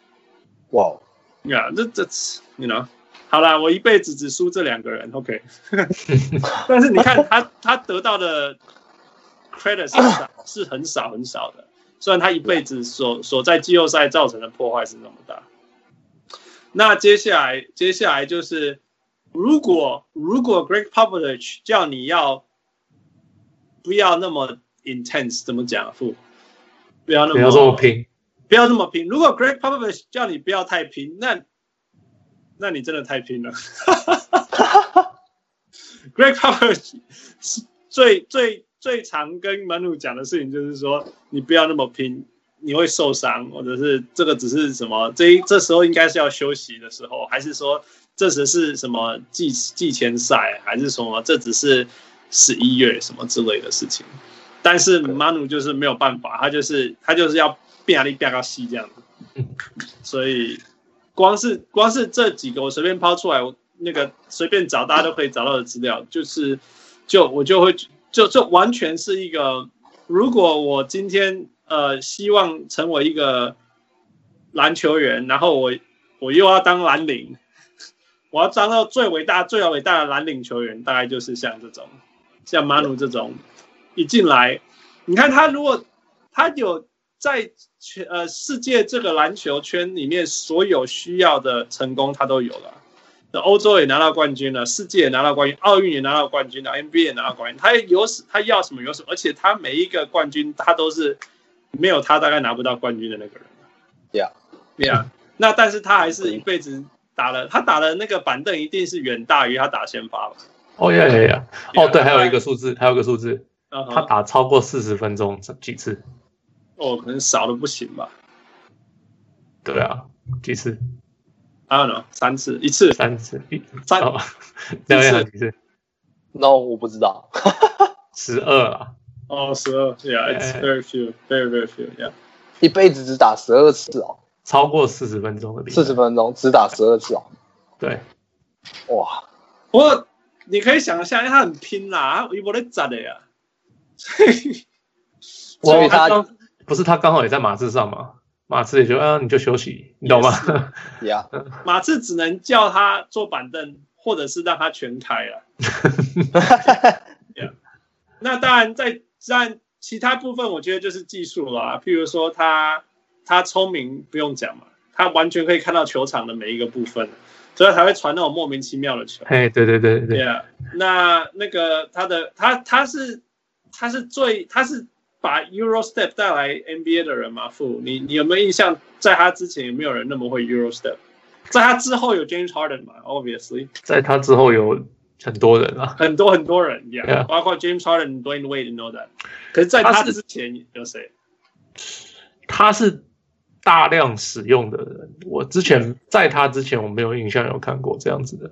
Speaker 5: 哇，哦
Speaker 4: Yeah, that, that's you know，好啦，我一辈子只输这两个人，OK 。 但是你看他他得到的 credit 是少，是很少很少的。虽然他一辈子所所在季后赛造成的破坏是那么大。那接下来接下来就是，如果如果 Greg Popovich 叫你要不要那么 intense，怎么讲啊？傅，不要那
Speaker 2: 不
Speaker 4: 么
Speaker 2: 要这么拼，
Speaker 4: 不要这么拼。如果 Greg Popovich 叫你不要太拼，那那你真的太拼了。Greg Popovich 是最最最常跟门鲁讲的事情就是说，你不要那么拼，你会受伤，或者是这个只是什么？这一这时候应该是要休息的时候，还是说这只是什么季季前赛，还是什么？这只是十一月什么之类的事情。但是 Manu 就是没有办法，他就是他就是要变力变到细这样子
Speaker 2: 嗯，
Speaker 4: 所以光是光是这几个我随便抛出来，我那个随便找大家都可以找到的资料，就是就我就会就就完全是一个，如果我今天呃希望成为一个篮球员，然后我我又要当蓝领，我要当到最伟大最伟大的蓝领球员，大概就是像这种像马努这种一进来，你看他如果他有在全呃世界这个篮球圈里面所有需要的成功，他都有了。那欧洲也拿到冠军了，世界也拿到冠军，奥运也拿到冠军了，NBA 也拿到冠军。他有什他要什么有什么，而且他每一个冠军，他都是没有他大概拿不到冠军的那个人。
Speaker 5: Yeah.
Speaker 4: yeah，那但是他还是一辈子打了，他打的那个板凳一定是远大于他打先发吧？
Speaker 2: 哦耶耶耶，哦对，
Speaker 4: Yeah，
Speaker 2: 还有一个数字，还有一个数字，
Speaker 4: 嗯哼
Speaker 2: 他打超过四十分钟几次？
Speaker 4: 哦，可能少的不行吧。
Speaker 2: 对啊，几次？
Speaker 4: I don't know，三次，一次
Speaker 2: 三次？一
Speaker 4: 三
Speaker 2: 哦，两两几次？
Speaker 5: 那我不知道。
Speaker 2: 十二啊，
Speaker 4: 哦，十二，Yeah，it's
Speaker 2: Yeah.
Speaker 4: very few，very very few，Yeah，
Speaker 5: 一辈子只打十二次哦，
Speaker 2: 超过四十分钟的比赛
Speaker 5: 四十分钟只打十二次哦，
Speaker 2: 对，
Speaker 5: 哇！
Speaker 4: 不过你可以想象，因为他很拼啦，他一波在砸的呀， 所以
Speaker 5: 所以他
Speaker 2: 刚不是他刚好也在马刺上嘛，马刺也就啊你就休息，你懂吗？
Speaker 5: 呀，
Speaker 4: 马刺只能叫他坐板凳，或者是让他全开了。那当然在，当然其他部分，我觉得就是技术啦，譬如说他他聪明不用讲嘛，他完全可以看到球场的每一个部分，所以他才会传那种莫名其妙的球。
Speaker 2: 嘿，对对对对
Speaker 4: 对
Speaker 2: 对，
Speaker 4: 啊，那那个他的他他是他是最他是把 Eurostep 带来 NBA 的人嘛？傅，你你有没有印象，在他之前有没有人那么会 Eurostep？在他之后有 James Harden 嘛？Obviously，
Speaker 2: 在他之后有很多人啊，
Speaker 4: 很多很多人，Yeah，,
Speaker 2: Yeah
Speaker 4: 包括 James Harden、Dwayne Wade and all that。可是，在
Speaker 2: 他
Speaker 4: 他
Speaker 2: 是
Speaker 4: 之前有谁？
Speaker 2: 他是大量使用的人，我之
Speaker 4: 嗯
Speaker 2: 前在他之前我没有印象有看过这样子的，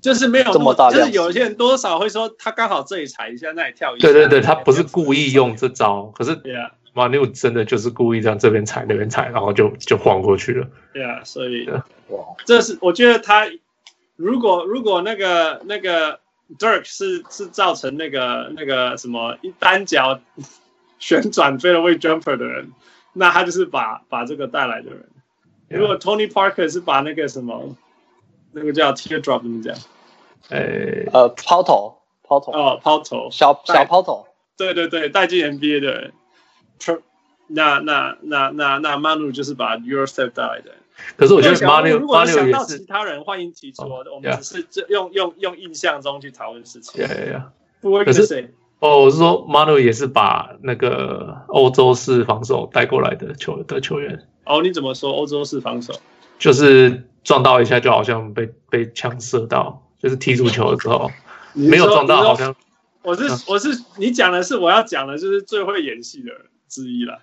Speaker 4: 就是没有那
Speaker 5: 这么大
Speaker 4: 就是
Speaker 5: 量
Speaker 4: 有些人多少会说他刚好这里踩一下，那里跳一下。
Speaker 2: 对对对，他不是故意用这招，可是
Speaker 4: ，Yeah。
Speaker 2: 马六真的就是故意这样这边踩那边踩，然后就就晃过去了，
Speaker 4: 对啊，所以
Speaker 2: 对
Speaker 5: 哇，
Speaker 4: 这是我觉得他如果如果那个那个 Dirk 是是造成那个那个什么一单脚 旋转 fadeaway jumper 的人，那他就是把把这个带来的人。
Speaker 2: Yeah
Speaker 4: 如果 Tony Parker 是把那个什么那个叫 teardrop 怎么讲？
Speaker 2: 呃，
Speaker 5: 呃，抛投，抛投，
Speaker 4: 哦，抛投，
Speaker 5: 小
Speaker 4: 带
Speaker 5: 小抛投，
Speaker 4: 对对对，带进 NBA 的人。Tr- 那那那那那 Manu 就是把 Eurostep 带来的人。
Speaker 2: 可是我觉得
Speaker 4: 对
Speaker 2: 马
Speaker 4: 小鹿
Speaker 2: 六
Speaker 4: 如
Speaker 2: 马
Speaker 4: 果
Speaker 2: 六
Speaker 4: 想
Speaker 2: 也
Speaker 4: 到
Speaker 2: 是
Speaker 4: 其，他人，欢迎提出哦。我们
Speaker 2: yeah
Speaker 4: 只是这用用用印象中去讨论事情
Speaker 2: 呀。呀呀。
Speaker 4: 不会
Speaker 2: 可是
Speaker 4: 谁
Speaker 2: 哦，我是说 m a n u 也是把那个欧洲式防守带过来的球的球员，
Speaker 4: 哦？你怎么说欧洲式防守？
Speaker 2: 就是撞到一下就好像被被枪射到，就是踢足球的时候
Speaker 4: 你
Speaker 2: 没有
Speaker 4: 说
Speaker 2: 撞到，
Speaker 4: 你说
Speaker 2: 好像
Speaker 4: 我是
Speaker 2: 嗯
Speaker 4: 我是你讲的是我要讲的，就是最会演戏的人之一了。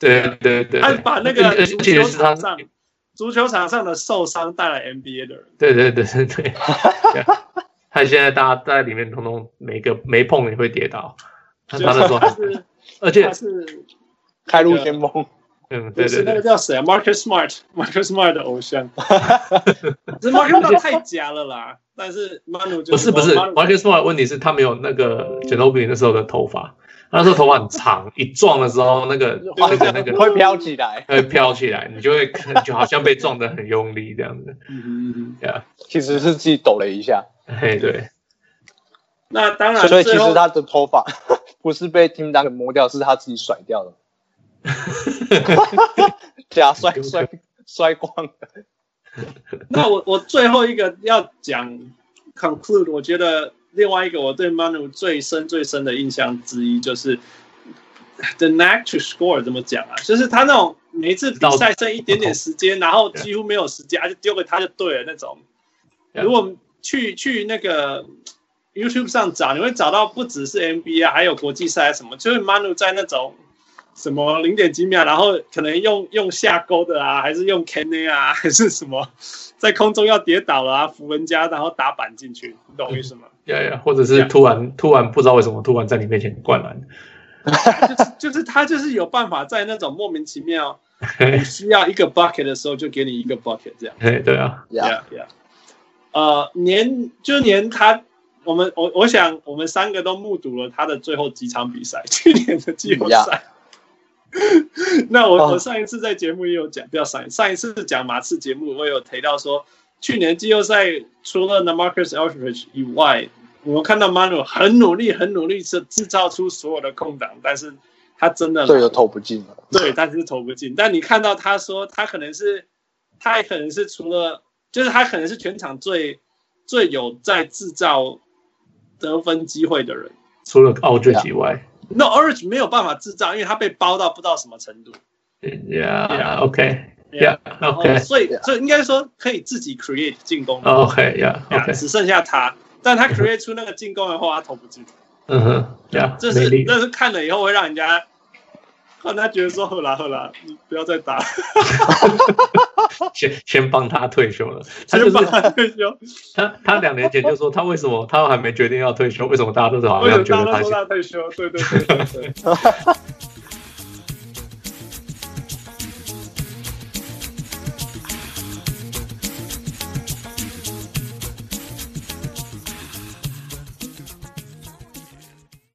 Speaker 2: 对对对，
Speaker 4: 他
Speaker 2: 对
Speaker 4: 把那
Speaker 2: 而
Speaker 4: 个
Speaker 2: 且
Speaker 4: 足
Speaker 2: 而且
Speaker 4: 球
Speaker 2: 是他
Speaker 4: 场，上足球场上的受伤带来 NBA 的人。
Speaker 2: 对对对对对， 他现在大家在里面通通每个没碰也会跌倒，他他的时候
Speaker 4: 他，是
Speaker 2: 而且
Speaker 4: 他是
Speaker 5: 开路先锋，
Speaker 2: 嗯对
Speaker 4: 不是
Speaker 2: 对
Speaker 4: 那个
Speaker 2: 对，
Speaker 4: 叫谁啊？Marcus Smart，Marcus Smart 的 偶像。这 Marcus Smart 太假了啦！但是 Manu 就
Speaker 2: 不是不是
Speaker 4: Manu-
Speaker 2: m a r c u s Smart 的问题是他没有那个 g e n o b i 那时候的头发，他那时候头发很长，一撞的时候那个那个那个
Speaker 5: 会飘起来。
Speaker 2: 会飘起来，你就会看就好像被撞得很用力这样子，
Speaker 4: 嗯哼嗯哼
Speaker 5: 其实是自己抖了一下，
Speaker 2: 嘿对，
Speaker 4: 那当然，
Speaker 5: 所以其
Speaker 4: 最后
Speaker 5: 实他的头发不是被 Tim Duncan 摸掉，是他自己甩 掉 啊的，假摔摔摔光的。
Speaker 4: 那我我最后一个要讲 conclude，我觉得另外一个我对 Manu 最深最深的印象之一就是 the knack to score 怎么讲啊？就是他那种每一次比赛剩一点点时间，然后几乎没有时间，而且丢给他就对了那种。
Speaker 2: Yeah.
Speaker 4: 如果去去那个 YouTube 上找，你会找到不只是 NBA，还有国际赛啊什么，就是 Manu 在那种。什么零点几秒，然后可能用用下勾的啊，还是用 c a n n 啊， 还是什么，在空中要跌倒了啊，扶人家然后打板进去，你懂我意思吗？
Speaker 2: 呀呀，或者是突然突然不知道为什么突然在你面前灌篮，
Speaker 4: 就是他就是有办法在那种莫名其妙
Speaker 2: 嘿
Speaker 4: 你需要一个 bucket 的时候就给你一个 bucket 这样。
Speaker 2: 嘿对啊，
Speaker 5: 呀，
Speaker 4: yeah. 呃，连就连他，我们我我想我们三个都目睹了他的最后几场比赛， 去年的季后赛。那我、
Speaker 5: 哦
Speaker 4: 我上一次在节目也有讲，不要上一上一次讲马刺节目，我有提到说，去年季后赛除了 n a m a r c u s Aldridge 以外，我们看到 Manu 很努力，很努力制制造出所有的空档，但是他真的
Speaker 5: 队友投不进了。
Speaker 4: 对，但是投不进。但你看到他说，他可能是，他也可能是除了，就是他可能是全场最最有在制造得分机会的人。
Speaker 2: 除了奥俊以外。
Speaker 4: 那 Orange 没有办法制造，因为他被包到不到什么程度。
Speaker 2: Yeah. Okay. Yeah.
Speaker 4: Yeah. 然后
Speaker 2: Okay.
Speaker 4: 所以
Speaker 5: Yeah.
Speaker 4: 所以应该说可以自己 create 进攻
Speaker 2: Okay. Yeah.
Speaker 4: 呀
Speaker 2: Okay.
Speaker 4: 只剩下他。但他 create 出那个进攻的话，他投不进。
Speaker 2: 嗯哼。Yeah.
Speaker 4: 这
Speaker 2: 没
Speaker 4: 是
Speaker 2: 力。
Speaker 4: 这是看了以后会让人家让他觉得说好啦好啦，你不要再打，
Speaker 2: 先先帮他退休了。他就是
Speaker 4: 先放他退休。
Speaker 2: 他他两年前就说他为什么他还没决定要退休，为什么大家都是好
Speaker 4: 为什
Speaker 2: 像
Speaker 4: 么
Speaker 2: 觉
Speaker 4: 大
Speaker 2: 得他
Speaker 4: 家都说
Speaker 2: 是
Speaker 4: 他退休？对对对对对。